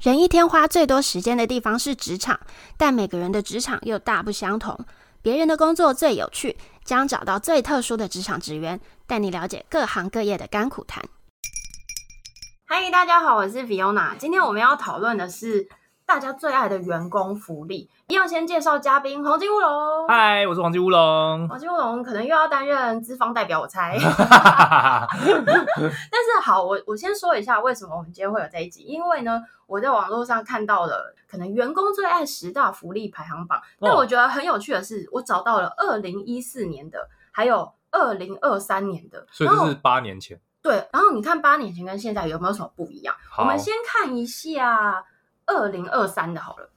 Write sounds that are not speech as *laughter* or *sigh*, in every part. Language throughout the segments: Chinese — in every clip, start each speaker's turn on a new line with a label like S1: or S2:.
S1: 人一天花最多时间的地方是职场，但每个人的职场又大不相同。别人的工作最有趣，将找到最特殊的职场职员，带你了解各行各业的甘苦谈。
S2: 嗨，大家好，我是 Fiona。今天我们要讨论的是大家最爱的员工福利。一样先介绍嘉宾黄金乌龙。
S3: 嗨，我是黄金乌龙。
S2: 黄金乌龙可能又要担任资方代表，我猜。
S3: 嗯
S2: 但是好，我我先说一下为什么我们今天会有这一集，因为呢，我在网络上看到了可能员工最爱十大福利排行榜，但
S3: 哦
S2: 我觉得很有趣的是，我找到了二零一四年的，还有二零二三年的，
S3: *laughs* 所以
S2: 然
S3: 这
S2: 后
S3: 是八年前。
S2: 对，然后你看八年前跟现在有没有什么不一样？ *laughs* 我
S3: 好，
S2: 们先看一下二零二三的好了，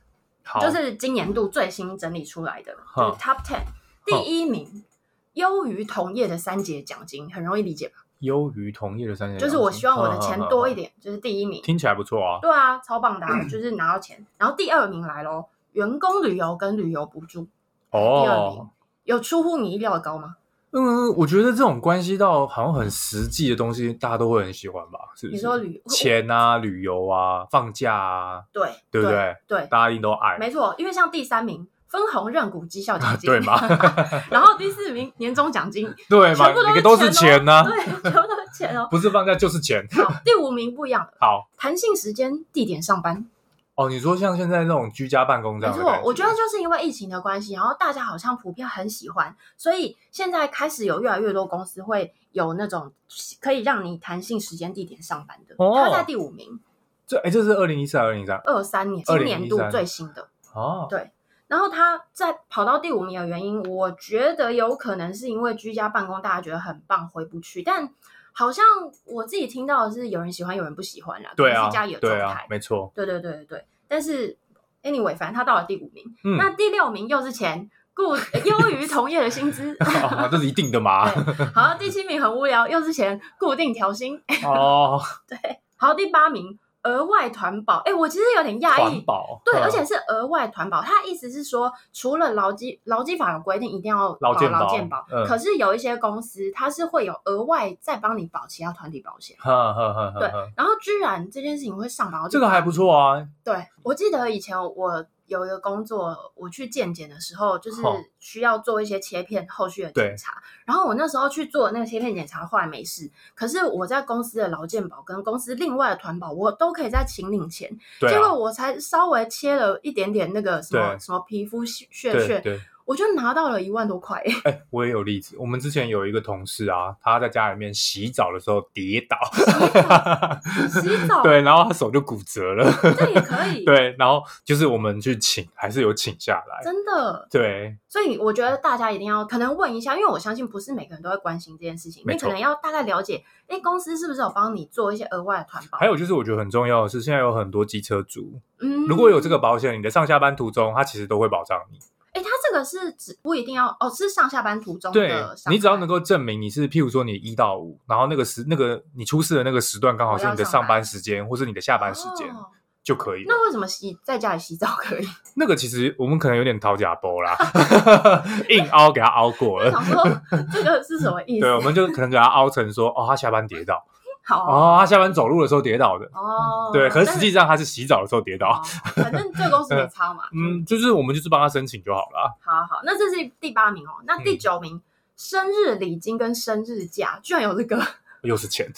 S3: 好
S2: 就是今年度最新整理出来的，就是
S3: 好
S2: Top Ten 第一名。优于同业的三节奖金很容易理解吧？
S3: 优于同业的三年，
S2: 就是我希望我的
S3: 嗯 *laughs*
S2: 钱
S3: 嗯嗯
S2: 多一
S3: 嗯
S2: 点，就是第一名。
S3: 听起来不错啊。
S2: 对啊，超棒的
S3: *clears throat*
S2: 啊、就是拿到钱。然后第二名来喽，员工旅游跟旅游补助，第二名
S3: 哦，
S2: 有出乎你意料的高吗？
S3: 嗯，我觉得这种关系到好像很实际的东西，大家都会很喜欢吧？是不是？
S2: 你说旅
S3: 钱啊、旅游啊、放假啊，
S2: 对
S3: 对不
S2: 对
S3: 对？
S2: 对
S3: 大家一定都爱，
S2: 没错，因为像第三名分红认股绩效奖金，
S3: *laughs* 对嘛？
S2: 然后第四名年终奖金，
S3: 对嘛
S2: 全部？
S3: 每个
S2: 都
S3: 都是
S2: 钱
S3: 钱啊
S2: 哦
S3: 呐，
S2: 对，全部都是钱哦。
S3: 不是放假就是钱。
S2: 好，第五名不一样了，
S3: 好
S2: 弹性时间、地点上班，
S3: 哦，你说像现在那种居家办公这
S2: 没
S3: 样的
S2: 错
S3: 感，
S2: 我觉得就是因为疫情的关系，然后大家好像普遍很喜欢，所以现在开始有越来越多公司会有那种可以让你弹性时间、地点上班的。
S3: 哦
S2: 它在第五名，
S3: 这哎，这是二零一三、二零一三
S2: 二三年今年度最新的。
S3: 哦，
S2: 然后它在跑到第五名的原因，我觉得有可能是因为居家办公，大家觉得很棒，回不去。但好像我自己听到的是有人喜欢，有人不喜欢啦，
S3: 对
S2: 可能
S3: 啊
S2: 是家里，的状
S3: 对啊
S2: 态，。
S3: 没错，
S2: 对对对对对，但是 anyway，反正他到了第五名，*laughs*
S3: 嗯，
S2: 那第六名又是钱，故优于同业的薪
S3: *laughs*
S2: 资。
S3: 啊，这是一定的嘛。
S2: 对，好，第七名很无聊，又是钱，固定调薪。哎
S3: 哦，
S2: 好，第八名额外团保，哎，我其实有点讶
S3: 环
S2: 异。
S3: 保。
S2: 对，
S3: 嗯
S2: 而且是额外团保，它的意思是说，除了劳基劳基法有规定一定要
S3: 劳
S2: 保
S3: 健
S2: 劳
S3: 保
S2: 健保，
S3: 嗯
S2: 可是有一些公司它是会有额外再帮你保其他团体保险，
S3: 呵呵呵呵
S2: 对
S3: 呵，
S2: 然后居然这件事情会上榜到第
S3: 这个还
S2: 八
S3: 不错啊。
S2: 对，我记得以前我有一个工作，我去健检的时候，就是
S3: 哦
S2: 需要做一些切片后续的
S3: 对
S2: 检查。然后我那时候去做那个切片检查，后来没事。可是我在公司的劳健保跟公司另外的团保，我都可以在请领钱。
S3: 对
S2: 结
S3: 啊
S2: 果，我才稍微切了一点点那个什么
S3: 对
S2: 什么皮肤屑屑
S3: 对
S2: 屑，
S3: 对，
S2: 我就拿到了一万多
S3: *laughs*
S2: 块。
S3: 哎，我也有例子。我们之前有一个同事啊，他在家里面洗澡的时候跌倒，
S2: 洗澡
S3: *laughs* 对，然后他手就骨折了， *laughs*
S2: 这也可以，
S3: 对，然后就是我们去请，还是有请下来，
S2: 真的。
S3: 对，
S2: 所以我觉得大家一定要可能问一下，因为我相信不是每个人都会关心这件事情，
S3: 没
S2: 你
S3: 错
S2: 可能要大概了解，哎，公司是不是有帮你做一些额外的团保？
S3: 还有就是，我觉得很重要的是，现在有很多机车族，
S2: 嗯
S3: 如果有这个，保险，你的上下班途中，它其实都会保障你。
S2: 哎，他这个是指不一定要哦，是上下班途中的
S3: 对
S2: 伤害，
S3: 你只要能够证明你是，譬如说你一到五，然后那个时那个你出事的那个时段刚好是你的上班时间，或是你的下班时间
S2: 哦
S3: 就可以了。
S2: 那为什么洗在家里洗澡
S3: *laughs*
S2: 可以？
S3: 那个其实我们可能有点掏假
S2: *laughs*
S3: 包啦，硬凹给他凹过
S2: 我
S3: 了。
S2: 想说这个是什么意思
S3: 对，？我们就可能给他凹成说，哦，他下班跌倒，
S2: *laughs* 好
S3: 哦，他下班走路的时候跌倒的，
S2: 哦，
S3: 对。可是
S2: 但
S3: 实际上他是洗澡的时候跌
S2: 哦
S3: 倒，
S2: 反正这个公司没差嘛。嗯，
S3: *laughs* 嗯，就是我们就是帮他申请就好了。
S2: 好好好，那这是第八名哦，那第
S3: 嗯
S2: 九名。生日礼金跟生日假居然有这个，
S3: 又是钱，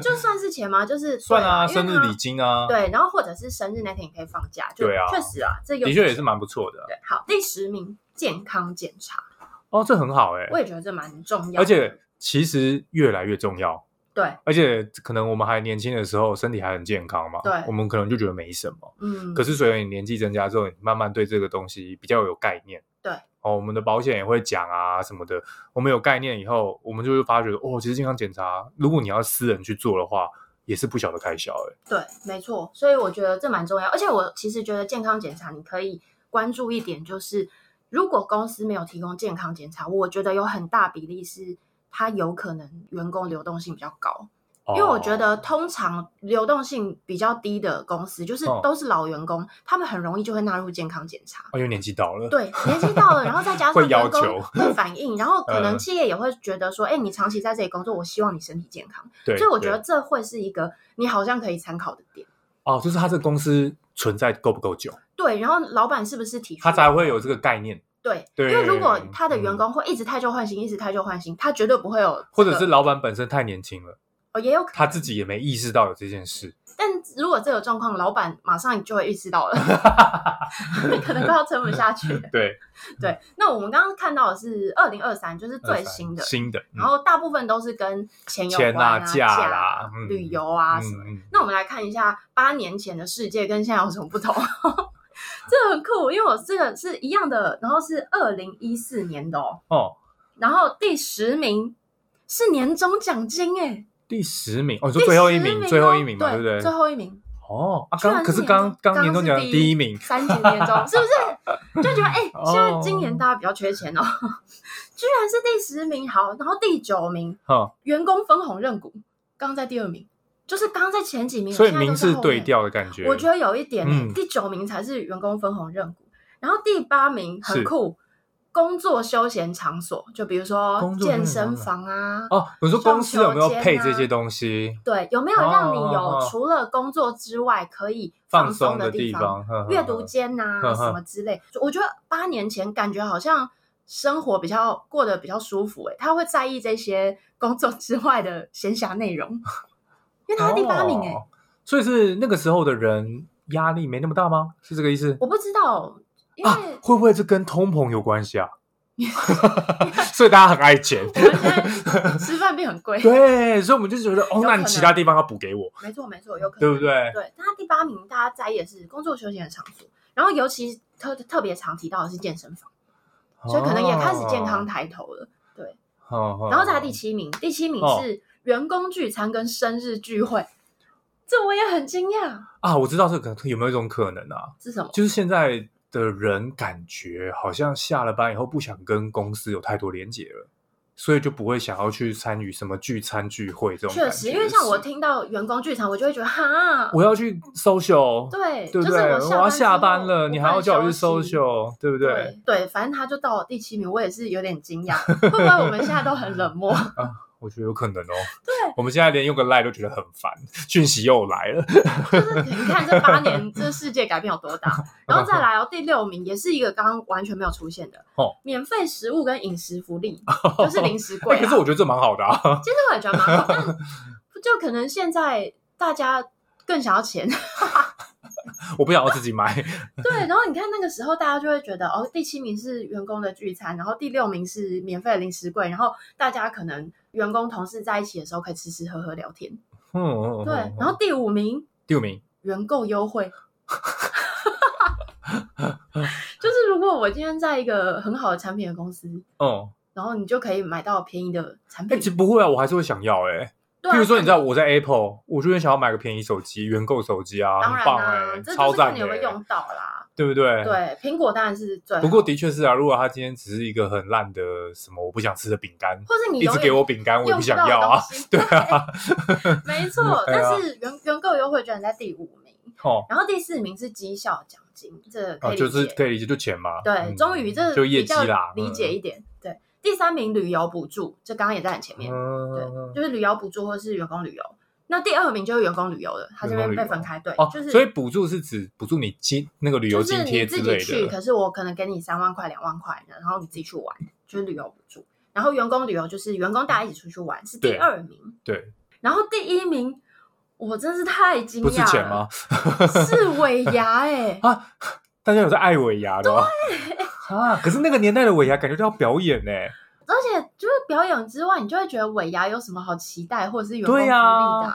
S2: 就算是钱吗？就是
S3: 算
S2: 对
S3: 啊，
S2: 因为
S3: 生日
S2: 它
S3: 礼金啊，
S2: 对，然后或者是生日那天你可以放假，就
S3: 对啊
S2: 确实啊，这有
S3: 的确也是蛮不错的。啊
S2: 对。好，第十名健康检查，
S3: 哦，这很好哎、
S2: 我也觉得这蛮重要的，
S3: 而且其实越来越重要。
S2: 对，
S3: 而且可能我们还年轻的时候，身体还很健康嘛，
S2: 对
S3: 我们可能就觉得没什么。
S2: 嗯，
S3: 可是随着你年纪增加之后，你慢慢对这个东西比较有概念。
S2: 对，
S3: 哦，我们的保险也会讲啊什么的，我们有概念以后，我们就会发觉哦，其实健康检查，如果你要私人去做的话，也是不小的开销哎、
S2: 对，没错，所以我觉得这蛮重要。而且我其实觉得健康检查你可以关注一点，就是如果公司没有提供健康检查，我觉得有很大比例是它有可能员工流动性比较高。因为我觉
S3: 哦
S2: 得通常流动性比较低的公司，就是
S3: 哦
S2: 都是老员工，他们很容易就会纳入健康检查。
S3: 哦因为年纪到了，，
S2: 对，年纪到了，然后再加上
S3: 会要
S2: 员工
S3: 求
S2: 会反应，然后可能
S3: 嗯
S2: 企业也会觉得说，哎、你长期在这里工作，我希望你身体健康，
S3: 对
S2: 所以我觉得
S3: 对
S2: 这会是一个你好像可以参考的点。
S3: 哦，就是他这个公司存在够不够久，
S2: 对，然后老板是不是体恤
S3: 他才会有这个概念，
S2: 对，
S3: 对嗯
S2: 因为如果他的员工会一直汰旧换新，一直汰旧换新，他绝对不会有这个、
S3: 或者是老板本身太年轻了，
S2: 哦也有可能，
S3: 他自己也没意识到有这件事。
S2: 但如果这个状况，老板马上就会意识到了，
S3: *laughs*
S2: 可能快要撑不下去了。
S3: 对，嗯
S2: 对，那我们刚刚看到的是二零二三，就是最新的，
S3: 新的，嗯
S2: 然后大部分都是跟钱有
S3: 钱
S2: 关
S3: 啊、
S2: 假
S3: 假啦、嗯
S2: 旅游啊什么。
S3: 嗯嗯
S2: 那我们来看一下八年前的世界跟现在有什么不同。 *laughs* 这很酷，因为我这个是一样的，然后是二零一四年的哦，
S3: 哦，
S2: 然后第十名是年终奖金哎，
S3: 第十名哦，你说最后一
S2: 第十
S3: 名，
S2: 哦
S3: 最后一名嘛，
S2: 对
S3: 对不对？
S2: 最后一名，
S3: 哦，啊，
S2: 居然
S3: 刚可是
S2: 年终
S3: 刚刚年终奖
S2: 是
S3: 第一名，
S2: 三级年终是
S3: *laughs*
S2: 不是？就觉得哎、
S3: 哦
S2: 现在今年大家比较缺钱哦，居然是第十名，好，然后第九名
S3: 哈，
S2: 员工分红认股，刚刚在第二名，就是刚刚在前几名，
S3: 所以
S2: 现在都
S3: 名
S2: 在
S3: 字
S2: 后
S3: 对
S2: 面。
S3: 调的感觉。
S2: 我觉得有一点、
S3: 嗯
S2: 第九名才是员工分红认股，然后第八名很
S3: 是
S2: 酷，工作休闲场所，就比如说
S3: 工作休闲
S2: 健身
S3: 场所
S2: 房啊，
S3: 哦，我说公司有没有
S2: 撞球
S3: 配
S2: 间啊
S3: 这些东西？
S2: 对，有没有让你
S3: 哦
S2: 有
S3: 哦哦
S2: 除了工作之外可以
S3: 放
S2: 松
S3: 松的
S2: 地
S3: 地？方，嗯呵呵
S2: 阅读
S3: 呵
S2: 间呐、
S3: 呵呵
S2: 什么之类。我觉得八年前感觉好像生活比较过得比较舒服、欸，他会在意这些工作之外的闲暇内容，因为他是第八名、欸，
S3: 哦所以是那个时候的人压力没那么大吗？是这个意思？
S2: 我不知道，因为、
S3: 啊，会不会这跟通膨有
S2: *laughs*
S3: 关系啊？所以大家很爱钱，
S2: 我们现
S3: *laughs*
S2: 在吃饭变很贵，
S3: 对，所以我们就觉得哦，
S2: 可
S3: 那
S2: 能
S3: 你其他地方要补给我，
S2: 没错没错，有可能
S3: 对不对？
S2: 对，但他第八名大家在意的是工作休闲的场所，然后尤其特特别常提到的是健身房，所以可能也开始健康抬头了。
S3: 哦。哦
S2: 然后再来第七名，第七名
S3: 哦
S2: 是员工聚餐跟生日聚会，这我也很惊讶，
S3: 啊，我知道这可能有没有一种可能啊，
S2: 是什么？
S3: 就是现在的人感觉好像下了班以后不想跟公司有太多连结了，所以就不会想要去参与什么聚餐聚会这种
S2: 确
S3: 感觉的事。
S2: 实，因为像我听到员工聚餐，我就会觉得哈，
S3: 我要去 social，
S2: 对，
S3: 对不
S2: 就是
S3: 对？
S2: 下
S3: 我要下
S2: 之
S3: 班
S2: 后
S3: 了，你还要叫我去
S2: 不能休息
S3: social，对不对？
S2: 对对，反正他就到了第七名，我也是有点惊讶，会不会我们现在都很冷漠？ *laughs*
S3: 我觉得有可能哦。
S2: 对，
S3: 我们现在连用个 line 都觉得很烦，讯息又来了。
S2: 就是你看这八年，这世界改变有多
S3: *laughs*
S2: 大？然后再来哦，第六名也是一个刚刚完全没有出现的
S3: 哦，
S2: 免费食物跟饮食福
S3: *laughs*
S2: 利，就是零食柜
S3: 哎可
S2: 啊
S3: 是。我觉得这蛮好的啊。
S2: 其实我也觉得蛮好，但
S3: *laughs*
S2: 就可能现在大家更想要钱，
S3: 我不想要自己买， *laughs*
S2: 对。然后你看那个时候，大家就会觉得哦，第七名是员工的聚餐，然后第六名是免费的零食柜，然后大家可能员工同事在一起的时候可以吃吃喝喝聊天，
S3: 嗯嗯，嗯
S2: 对
S3: 嗯。
S2: 然后第五名
S3: 第五名，
S2: 原购优
S3: *laughs*
S2: 惠。就是如果我今天在一个很好的产品的公司，
S3: 哦、
S2: 然后你就可以买到便宜的产
S3: 哎、
S2: 品
S3: 其。实不会啊，我还是会想要哎、
S2: 对啊
S3: 譬如说，你知道
S2: 看
S3: 我在 Apple，我就很想要买个便宜手机，原购手机啊，
S2: 当
S3: 很
S2: 然
S3: 棒
S2: 啦、
S3: 哎、
S2: 这就
S3: 超
S2: 是看
S3: 赞
S2: 你
S3: 的、
S2: 有没有
S3: 欸
S2: 用，到啦。
S3: 对不对？。
S2: 对，啊苹果当然是最好，
S3: 不过的确是啊，如果他今天只是一个很烂的什么我不想吃的饼干，
S2: 或是你
S3: 一
S2: 永
S3: 直
S2: 远
S3: 给我饼干，我也
S2: 用
S3: 不
S2: 不
S3: 想
S2: 到的
S3: 要啊
S2: 东西，哎
S3: 对啊，
S2: 没错。
S3: 对啊
S2: 但是原原购优惠居然在第五名，
S3: 哦。
S2: 然后第四名是绩效奖金，这可
S3: 哦，
S2: 以理解。
S3: 就是可以理解，就钱嘛。
S2: 对，
S3: 嗯
S2: 终于这
S3: 就业
S2: 比
S3: 绩
S2: 较
S3: 啦，嗯
S2: 理解一
S3: 一
S2: 点。对，第三名旅游补助，这刚刚也在很前面。对，
S3: 嗯，
S2: 就是旅游补助或是员工旅游。那第二名就是员工旅游的，他这边被分开，对，
S3: 哦，
S2: 就是
S3: 所以补助是指补助你津那个旅游津贴
S2: 就是
S3: 之
S2: 你
S3: 类
S2: 自己去，
S3: 的。
S2: 可是我可能给你三万块、两万块，然后你自己去玩，就是旅游补助。然后员工旅游就是员工大家一起出去玩，是第
S3: 对
S2: 二名。
S3: 对，
S2: 然后第一名，我真是太惊
S3: 不是
S2: 讶
S3: 钱
S2: 了
S3: 吗，？
S2: 是尾
S3: *laughs*
S2: 牙哎、
S3: 啊，大家有在爱尾牙的哦。 *laughs* 啊，可是那个年代的尾牙感觉都要表演呢。
S2: 而且就是表演之外，你就会觉得尾牙有什么好期待，或者是员工福利
S3: 对
S2: 的
S3: 啊
S2: 啊、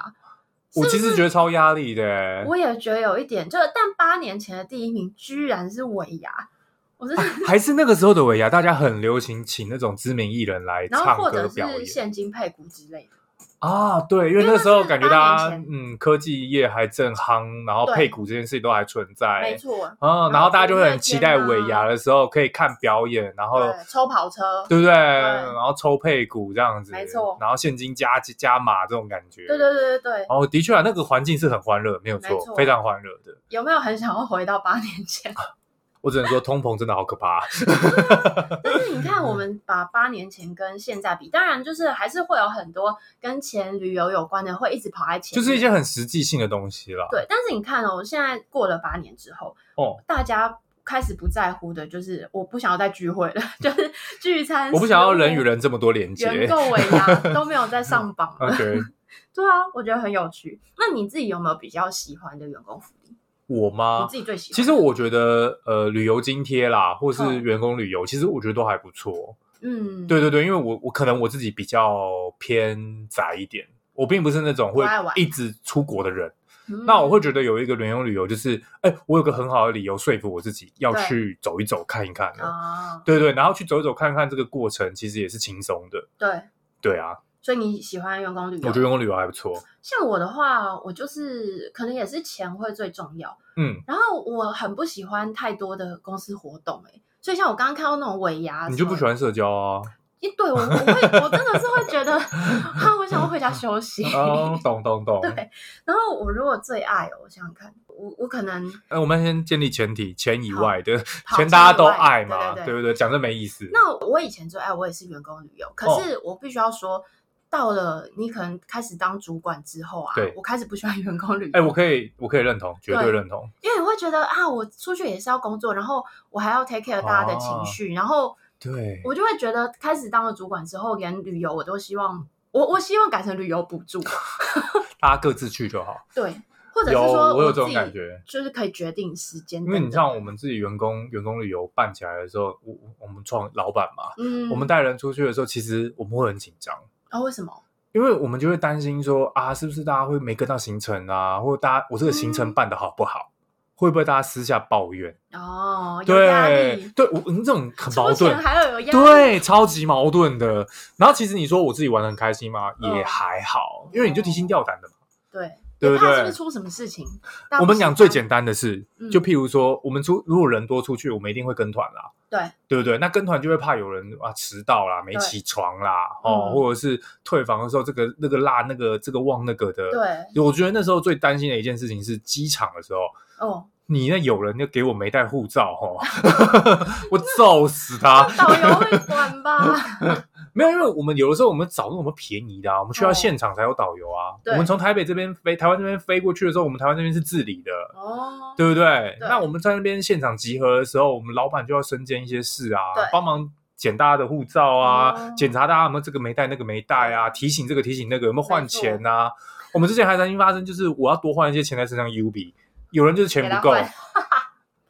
S3: 我其实觉得超压力的。
S2: 我也觉得有一点，就是但八年前的第一名居然是尾牙，我真的
S3: 还是那个时候的尾牙，大家很流行请那种知名艺人来
S2: 然后
S3: 唱
S2: 或
S3: 歌
S2: 者
S3: 表
S2: 是
S3: 演
S2: 现金配股之类的，
S3: 啊。对，因为
S2: 因为
S3: 那时
S2: 那
S3: 候
S2: 是
S3: 感觉
S2: 八
S3: 大
S2: 年
S3: 家
S2: 前
S3: 嗯科技业还正夯，然后
S2: 对
S3: 配股这件事情都还存
S2: 没
S3: 在。
S2: 错。
S3: 啊，
S2: 然
S3: 然
S2: 后
S3: 后大家就
S2: 音乐
S3: 会很期待
S2: 间啊
S3: 尾牙的时候可以看表演，然后
S2: 对，抽跑车，
S3: 对不对？然后抽配股这样子，
S2: 没错
S3: 然后现金加加码这种感觉，
S2: 对对对对对，
S3: 哦，的确啊，那个环境是很欢乐，没有
S2: 没
S3: 错，
S2: 错
S3: 非常欢乐的。
S2: *laughs* 有没有很想要回到八年前？
S3: 我只能说通膨真的好可
S2: *laughs*
S3: 怕、
S2: 但是嗯你看，我们把八年前跟现在比，当然就是还是会有很多跟前旅游有关的，会一直跑在前
S3: 就
S2: 面，
S3: 是一些很实际性的东西啦。
S2: 对。但是你看哦，现在过了八年之后，
S3: 哦，
S2: 大家开始不在乎的就是我不想要再聚会了， *laughs* 就是聚餐，
S3: 我不想要人嗯与
S2: 食物
S3: 人这么多连
S2: 员
S3: 接。
S2: 工尾
S3: *laughs*
S2: 牙都没有在上榜了。 *laughs*
S3: OK，
S2: 对啊，我觉得很有趣。那你自己有没有比较喜欢的员工福利？
S3: 我
S2: 你
S3: 吗？
S2: 自己最喜欢？
S3: 啊其实，我觉得，呃，旅游津贴啦，或是
S2: 嗯
S3: 员工旅游，其实我觉得都还不错。
S2: 嗯，
S3: 对对对，因为我我可能我自己比较偏宅一点，我并不是那种
S2: 不
S3: 会
S2: 爱玩
S3: 一直出国的人。
S2: 嗯，
S3: 那我会觉得有一个员工旅游，就是哎，我有个很好的理由说服我自己要
S2: 对
S3: 去走一走、看一看的。
S2: 啊，
S3: 对对，然后去走一走、看看这个过程，其实也是轻松的。
S2: 对，
S3: 对啊，
S2: 所以你喜欢员工旅游？
S3: 我觉得员工旅游还不错。
S2: 像我的话，我就是可能也是钱会最重要，
S3: 嗯，
S2: 然后我很不喜欢太多的公司活动、欸，所以像我刚刚看到那种尾牙，
S3: 你就不喜？欢社
S2: *laughs*
S3: 交啊？
S2: 一对我我会我真的是会觉得， *laughs* 啊，我想要回家休息。
S3: 哦，懂懂懂。
S2: 对 *laughs* 然后我如果最爱哦，我想想看，我我可能
S3: 哎，我们先建立前提，钱以
S2: 好
S3: 外的
S2: 好
S3: 钱大家都
S2: 钱以外
S3: 爱
S2: 对对
S3: 嘛，
S2: 对
S3: 对不对？讲这没意思。
S2: 那我以前最爱我也是员工旅游，可
S3: 哦
S2: 是我必须要说，到了你可能开始当主管之后啊
S3: 对，
S2: 我开始不喜欢员工旅游，
S3: 哎，我可以，我可以认同，绝对
S2: 对
S3: 认同。
S2: 因为你会觉得啊，我出去也是要工作，然后我还要 take care 大家的
S3: 哦
S2: 情绪，然后
S3: 对，
S2: 我就会觉得开始当了主管之后，连旅游我都希望，我我希望改成旅游补
S3: *laughs*
S2: 助，
S3: 大家各自去就好。
S2: 对，或者是
S3: 有，
S2: 说
S3: 我有这
S2: 自
S3: 种
S2: 己
S3: 感觉。
S2: 就是可以决定时间
S3: 因
S2: 等等，
S3: 为你像我们自己员工员工旅游办起来的时候，我我们创老板嘛，
S2: 嗯，
S3: 我们带人出去的时候，其实我们会很紧张，
S2: 啊、为什么？
S3: 因为我们就会担心说啊，是不是大家会没跟到行程啊，或者大家我这个行程
S2: 嗯
S3: 办的好不好，会不会大家私下抱怨？
S2: 哦，有压
S3: 对
S2: 力，
S3: 对，我我们这种很矛
S2: 出钱
S3: 盾，
S2: 还要有压力，
S3: 对，超级矛盾的。然后其实你说我自己玩的很开心吗？
S2: 嗯
S3: 也还好，因为你就提心吊胆的嘛。
S2: 对。
S3: 对不
S2: 也怕是不
S3: 对
S2: 是出什么事情？
S3: 我们讲最
S2: 单。
S3: 简单的事
S2: 嗯，
S3: 就譬如说，我们出如果人多出去，我们一定会跟团啦，
S2: 对，
S3: 对不对？那跟团就会怕有人啊迟到啦、没起床啦，哦，
S2: 嗯
S3: 或者是退房的时候这个那个落那个这个忘那个的。
S2: 对，
S3: 我觉得那时候最担心的一件事情是机场的时候，
S2: 哦，
S3: 你那有人就给我没带护照哦， *laughs* 我揍死他。
S2: 导游会管吧？ *laughs*
S3: 没有，因为我们有的时候我们找那种便宜的啊，我们去到
S2: 哦
S3: 现场才有导游啊。
S2: 对
S3: 我们从台北这边飞，台湾这边飞过去的时候，我们台湾这边是自理的，
S2: 哦，
S3: 对不对？
S2: 对
S3: 那我们在那边现场集合的时候，我们老板就要身兼一些事啊
S2: 对，
S3: 帮忙检大家的护照啊，
S2: 哦
S3: 检查大家有没有这个没带那个没带啊，提醒这个提醒那个有没有换
S2: 没错
S3: 钱啊。我们之前还曾经发生，就是我要多换一些钱在身上 U B，有人就是钱不够
S2: 给他换，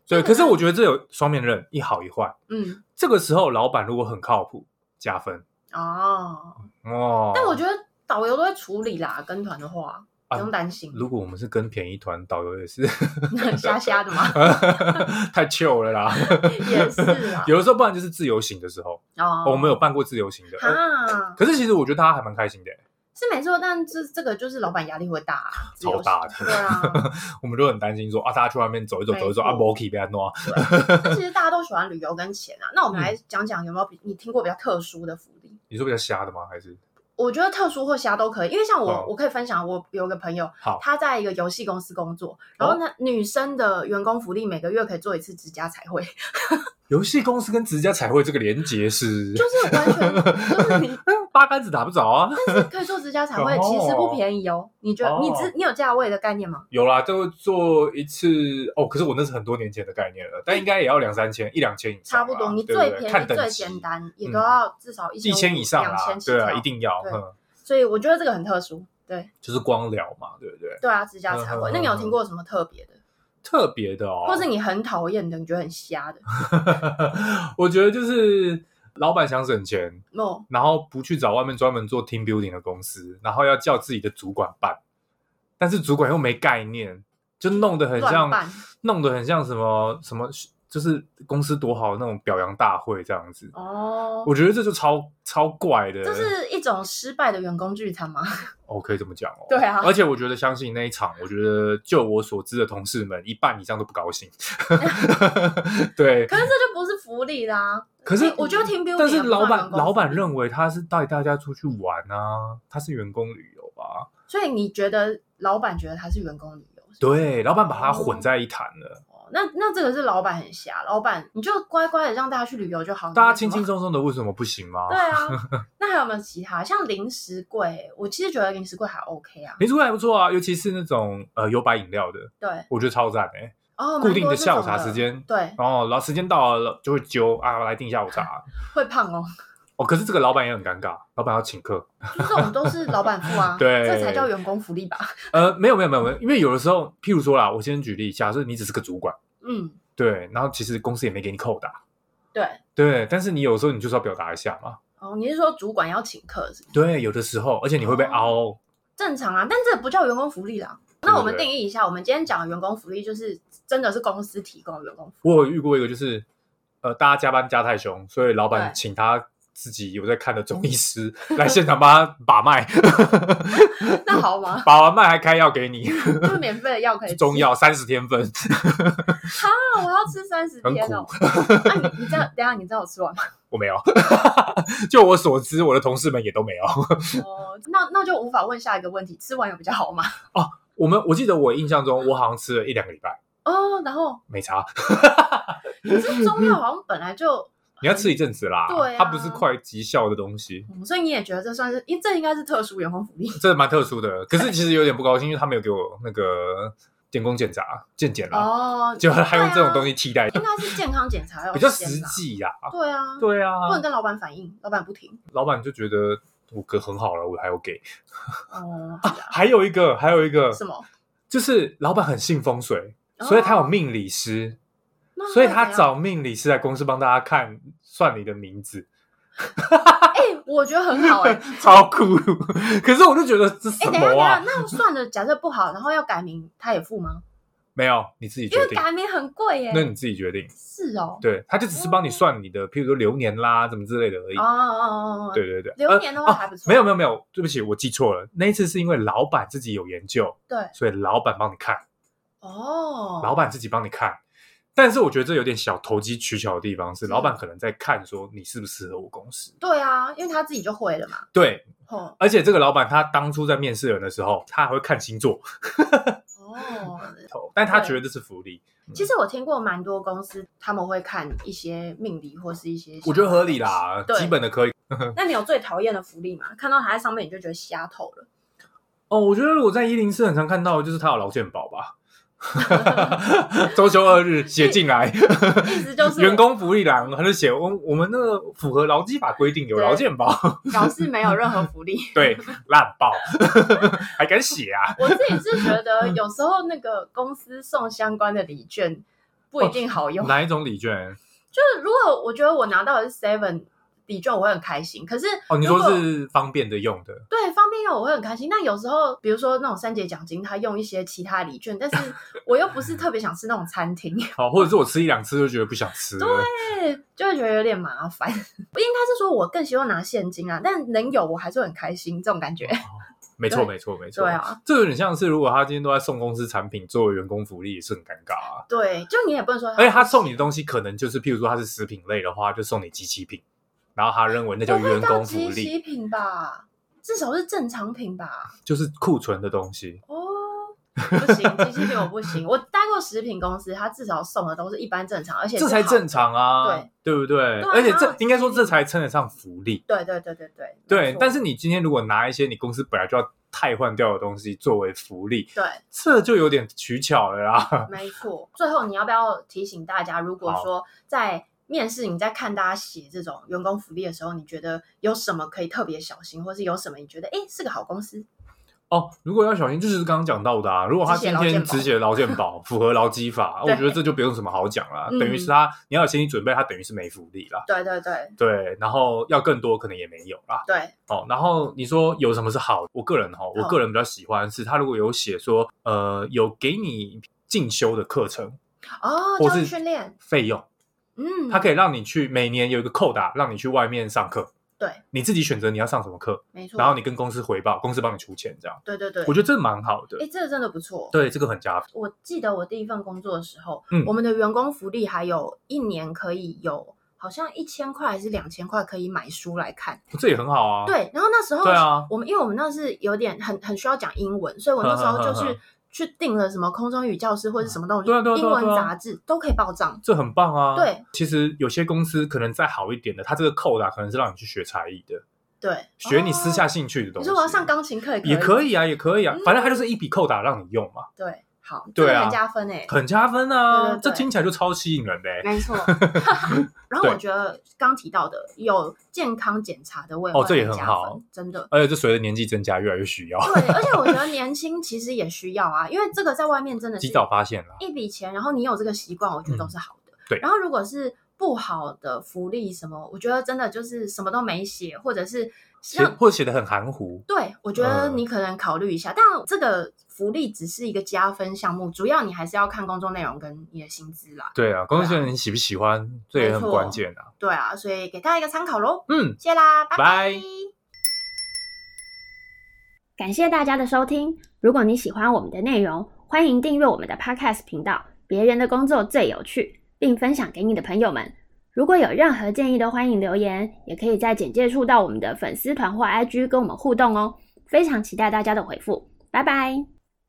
S3: 对。可是我觉得这有双面刃，一好一坏。
S2: 嗯，
S3: 这个时候老板如果很靠谱，加分
S2: 哦，
S3: 哦。
S2: 但我觉得导游都会处理啦，跟团的话不用担心，
S3: 啊如果我们是跟便宜团，导游也是 *laughs*
S2: *laughs* 瞎瞎的嘛，
S3: 太 chill 了啦。
S2: 啊也是啦。
S3: 有的时候，不然就是自由行的时候，
S2: 哦，
S3: 我们有办过自由行的。呃
S2: 啊，
S3: 可是其实我觉得大家还蛮开心的，欸
S2: 是没错，但这这个就是老板压力会大啊，自由
S3: 超大的
S2: 行对
S3: *laughs*
S2: 啊，
S3: 我们都很担心说啊，大家去外面走一走，
S2: 没
S3: 走一走
S2: 错
S3: 啊 b o k 被他弄啊。
S2: 那其实大家都喜欢旅游跟钱啊。那我们
S3: 嗯
S2: 来讲讲有没有比你听过比较特殊的福利？
S3: 你说比较瞎的吗？还是
S2: 我觉得特殊或瞎都可以，因为像我，
S3: 哦
S2: 我可以分享，我有个朋友，
S3: 好
S2: 她在一个游戏公司工作，然
S3: 哦
S2: 后呢，女生的员工福利每个月可以做一次指甲彩
S3: *laughs*
S2: 绘，
S3: 游戏公司跟指甲彩绘这个连结是？嗯
S2: 就是完全就是你，
S3: 八竿子打不着啊。
S2: 但是可以做指甲彩绘，
S3: 哦
S2: 其实不便宜哦。你觉得
S3: 哦
S2: 你知你有价位的概念吗？
S3: 有啦，就做一次哦。可是我那是很多年前的概念了，但应该也要两三千、一两千以
S2: 差
S3: 上啦。
S2: 不多，你
S3: 啊
S2: 最
S3: 对不对
S2: 便
S3: 看
S2: 宜、
S3: 等
S2: 最
S3: 级
S2: 简单也
S3: 嗯
S2: 都要至少一
S3: 一千以上
S2: 两
S3: 啦
S2: 千，起
S3: 对啊，
S2: 跳
S3: 一定要，
S2: 对
S3: 嗯，
S2: 所以我觉得这个很特殊，对
S3: 就是光疗嘛，对不对？
S2: 对啊，指甲彩绘。
S3: 嗯
S2: 那你有听过什么特别的，
S3: 特别的哦，
S2: 或是你很讨厌的，你觉得很瞎的？
S3: *laughs* 我觉得就是老板想省钱，
S2: no，
S3: 然后不去找外面专门做 team building 的公司，然后要叫自己的主管办，但是主管又没概念，就弄 *laughs* 得很
S2: 乱
S3: 像，
S2: 办
S3: *laughs* 弄得很像什么什么，就是公司多好那种表扬大会这样子。
S2: 哦。
S3: 我觉得这就超超怪的，
S2: 这是一种失败的员工聚餐吗？ *laughs*
S3: 哦，可以这么讲哦。
S2: 对啊
S3: 而且我觉得，相信那一场，我觉得就我所知的同事们，一半以上都不高
S2: *laughs*
S3: 兴。对，
S2: 可是这就不是福利啦。
S3: 可是
S2: 你我觉得 team building
S3: 但是
S2: 也不
S3: 老
S2: 算
S3: 板
S2: 员工
S3: 老板
S2: 福利
S3: 认为他是带大家出去玩啊，他是员工旅游吧？
S2: 所以你觉得老板觉得他是员工旅游？是不是
S3: 对，老板把他混在一谈了。
S2: 哦那那这个是老板很瞎，老板你就乖乖的让大家去旅游就好，
S3: 大家
S2: 你为什
S3: 轻
S2: 么
S3: 轻松松的，为什么不行吗？
S2: 对啊，那还有没有其他？像零食柜，我其实觉得零食柜还 OK 啊。
S3: 民宿还不错啊，尤其是那种呃有摆饮料的，
S2: 对，
S3: 我觉得超赞哎、
S2: 哦，
S3: 固定
S2: 蛮多
S3: 的
S2: 这
S3: 下午
S2: 种
S3: 茶
S2: 的
S3: 时，间，
S2: 对，
S3: 哦，然后时间到了就会揪啊，来订下午茶。
S2: 会胖哦。
S3: 哦，可是这个老板也很尴尬，老板要请客。，
S2: 就这种都是老板付啊
S3: *laughs* 对
S2: 这才叫员工福利吧？
S3: 呃，没有没有没有没有，因为有的时候，譬如说啦，我先举例，假设你只是个主管，
S2: 嗯，
S3: 对，然后其实公司也没给你扣打，
S2: 对。
S3: 对，但是你有时候你就是要表达一下嘛，
S2: 哦，你是说主管要请客是不是？
S3: 对，有的时候，而且你会被凹，
S2: 正常啊，但这不叫员工福利啦。
S3: 对
S2: 那我们
S3: 对
S2: 定义一下，我们今天讲的员工福利就是真的是公司提供的员工福利。
S3: 我有遇过一个就是，呃，大家加班加太凶，所以老板
S2: 对
S3: 请他自己有在看的中医
S2: *laughs*
S3: 师来现场帮他把脉，
S2: 那好吗？ *laughs*
S3: 把完脉还开药给你，
S2: 就免费的药可以吃
S3: 中药三十天份，
S2: 啊！我要吃三十天
S3: *laughs*
S2: 哦。那你你知道，等一下你知道我吃完吗？
S3: 我没有， *laughs* 就我所知，我的同事们也都没有。 *laughs*
S2: 哦，那那就无法问下一个问题，吃完有比较好吗？
S3: 我们我记得我印象中，我好像吃了一两个礼拜，
S2: 哦，然后
S3: 没差，
S2: 可是中药好像本来就，
S3: 你要吃一阵子啦，
S2: 对啊
S3: 它不是快即效的东西。
S2: 嗯所以你也觉得这算是，因这应该是特殊员工福利。
S3: 这蛮特殊的，可是其实有点不高兴，因为他没有给我那个电工检查健检啦，
S2: 哦，
S3: 啊就他用这种东
S2: 西，
S3: 西替代，
S2: 应该是健康检查要
S3: 比较
S2: 先
S3: 实
S2: 吧。
S3: 际呀、
S2: 对啊，
S3: 对啊，
S2: 不能跟老板反映，老板不听。
S3: 老板就觉得我给很好了，我还有给。 *laughs*
S2: 哦，
S3: 还有一个，还有一个，
S2: 什么？哦
S3: 就是老板很信风水，所以他有命理师，
S2: 那
S3: 所以
S2: 会
S3: 他
S2: 怎样
S3: 找命理师来公司帮大家看算你的名字，
S2: 哎，我觉得很好
S3: *laughs*
S2: 哎。
S3: 超酷。可是我就觉得这
S2: 哎，
S3: 什
S2: 等一下，等一
S3: 么
S2: 下
S3: 啊？，
S2: 那算了，假设不好，然后要改名，他也付吗？
S3: 没有，你自己
S2: 因
S3: 决
S2: 为
S3: 定，
S2: 改名很贵耶。
S3: 那你自己决定。
S2: 是哦。
S3: 对，他就只是帮你算你的，譬如说流年啦，怎么之类的而已
S2: 哦。哦哦哦，哦，
S3: 对对对，
S2: 流年的话
S3: 呃哦
S2: 还不错
S3: 没有没有没有，对不起，我记错了。那一次是因为老板自己有研究，
S2: 对
S3: 所以老板帮你看。
S2: 哦，
S3: 老板自己帮你看。但是我觉得这有点小投机取巧的地方是，
S2: 是
S3: 老板可能在看说你适不适合我公司。
S2: 对啊，因为他自己就会了嘛。
S3: 对，
S2: 哦
S3: 而且这个老板他当初在面试人的时候，他还会看星座，
S2: 哦，
S3: 但他
S2: 对
S3: 觉得这是福利，
S2: 其实我听过蛮多公司他们会看一些命理或是一些，
S3: 我觉得合理。啦，
S2: 对
S3: 基本的可以。
S2: 那你有最讨厌的福利吗？看到他在上面你就觉得瞎透
S3: *laughs*
S2: 了。
S3: 哦，我觉得我在一零四很常看到的就是他有劳健
S2: *laughs*
S3: 保吧，周休二日写进来，
S2: 意思就是
S3: 员工福利栏他就写我我们那个符合劳基法规定有
S2: 对
S3: 劳健保， *laughs*
S2: 表示没有任何福利。
S3: 对，烂爆， *laughs* 还敢写啊？
S2: 我自己是觉得
S3: 嗯
S2: 有时候那个公司送相关的礼券不一定好用，
S3: 哪一种礼券？
S2: 就是如果我觉得我拿到的是 Seven 礼券，我会很开心。可是
S3: 哦，你
S2: 如
S3: 说
S2: 果
S3: 是方便的用的，
S2: 对方便用我会很开心，但有时候比如说那种三节奖金，他用一些其他礼券，但
S3: *laughs*
S2: 是我又不是特别想吃那种餐厅， *laughs*
S3: 好，或者是我吃一两次就觉得不想吃了。
S2: 对，就会觉得有点麻烦。应该是说我更希望拿现金啊，但能有我还是会很开心，这种感觉。
S3: 哦没
S2: 对
S3: 错，没错，没错。
S2: 对啊，
S3: 这有点像是如果他今天都在送公司产品作为员工福利，也是很尴尬啊。
S2: 对，就你也不能说
S3: 而且他送你的东西可能就是，譬如说他是食品类的话，就送你机器品，然后他认为那叫
S2: 不会
S3: 员
S2: 到
S3: 工福
S2: 极
S3: 利，
S2: 其品吧，至少是正常品吧。
S3: 就是库存的东西。
S2: 哦，
S3: *laughs*
S2: 不行，机器品我不行。我待过食品公司，它至少送的都是一般正常，而且
S3: 这才
S2: 是好
S3: 正。常啊，
S2: 对
S3: 不对？
S2: 啊
S3: 而且
S2: 哪有
S3: 这
S2: 机器
S3: 应该说这才称得上福利。
S2: 对对对对对，没
S3: 对，
S2: 错
S3: 但是你今天如果拿一些你公司本来就要汰换掉的东西作为福利，
S2: 对，
S3: 这就有点取巧了啊啦。
S2: 没错。最后你要不要提醒大家，如果
S3: 好
S2: 说在面试你在看大家写这种员工福利的时候，你觉得有什么可以特别小心，或是有什么你觉得哎是个好公司？
S3: 哦，如果要小心，就是刚刚讲到的啊。如果他今天只写劳健
S2: *laughs*
S3: 保，符合劳基法，啊我
S2: 对
S3: 觉得这就不用什么好讲啦。
S2: 嗯
S3: 等于是他，你要有心理准备，他等于是没福利啦。
S2: 对对对
S3: 对，然后要更多可能也没有啦。
S2: 对，
S3: 哦，然后你说有什么是好？我个人哈、哦，我个人比较喜欢是，他如果有写说，呃，有给你进修的课程
S2: 哦，
S3: 或
S2: 教育
S3: 是
S2: 训练，
S3: 费用，
S2: 嗯，
S3: 它可以让你去每年有一个扣打，让你去外面上课，
S2: 对，
S3: 你自己选择你要上什么课，
S2: 没错。
S3: 然后你跟公司回报，公司帮你出钱这样。
S2: 对对对，
S3: 我觉得这蛮好的
S2: 哎，，这个真的不错。
S3: 对，这个很加分。
S2: 我记得我第一份工作的时候，
S3: 嗯
S2: 我们的员工福利还有一年可以有好像一千块还是两千块可以买书来看。
S3: 这也很好啊。
S2: 对，然后那时候
S3: 对啊
S2: 我们因为我们那是有点很很需要讲英文，所以我那时候就
S3: 呵呵呵
S2: 是
S3: 呵。
S2: 去订了什么空中语教师或者什么东西，
S3: 对啊对啊对
S2: 英
S3: 啊
S2: 文
S3: 对啊
S2: 杂志都可以报账。
S3: 这很棒啊！
S2: 对，
S3: 其实有些公司可能再好一点的，它这个扣打可能是让你去学才艺的，
S2: 对，
S3: 学你私下
S2: 哦。
S3: 兴趣的东
S2: 你
S3: 西。
S2: 说我要上钢琴课
S3: 也可
S2: 以。
S3: 以啊，也可以
S2: 嗯
S3: 啊，反正它就是一笔扣打让你用嘛，
S2: 对，好，
S3: 对
S2: 这
S3: 啊
S2: 个很加分诶。
S3: 很加分啊！
S2: 对对对
S3: 这听起来就超吸引人的欸。
S2: 没
S3: *laughs*
S2: 错，然后我觉得刚提到的有健康检查的，我也
S3: 哦
S2: 会
S3: 这也很
S2: 加
S3: 好
S2: 分，真的。
S3: 而且这随着年纪增加，越来越需要，
S2: 对，而且我觉得年轻其实也需要啊，因为这个在外面真的是
S3: 及早发现啦。
S2: 一笔钱，然后你有这个习惯，我觉得都是好的。
S3: 嗯对
S2: 然后如果是不好的福利什么，我觉得真的就是什么都没写，或者是
S3: 写
S2: 让
S3: 或者写的很含糊，
S2: 对，我觉得
S3: 嗯
S2: 你可能考虑一下，但这个福利只是一个加分项目，主要你还是要看工作内容跟你的薪资啦。
S3: 对啊，工作人员你喜不喜欢，这也
S2: 没
S3: 很
S2: 错
S3: 关键啊。
S2: 对啊，所以给大家一个参考喽，
S3: 嗯，
S2: 谢啦，拜
S3: 拜。
S1: 感谢大家的收听。如果你喜欢我们的内容，欢迎订阅我们的 Podcast 频道《别人的工作最有趣》，并分享给你的朋友们。如果有任何建议，都欢迎留言，也可以在简介处到我们的粉丝团或 IG 跟我们互动哦。非常期待大家的回复，拜拜。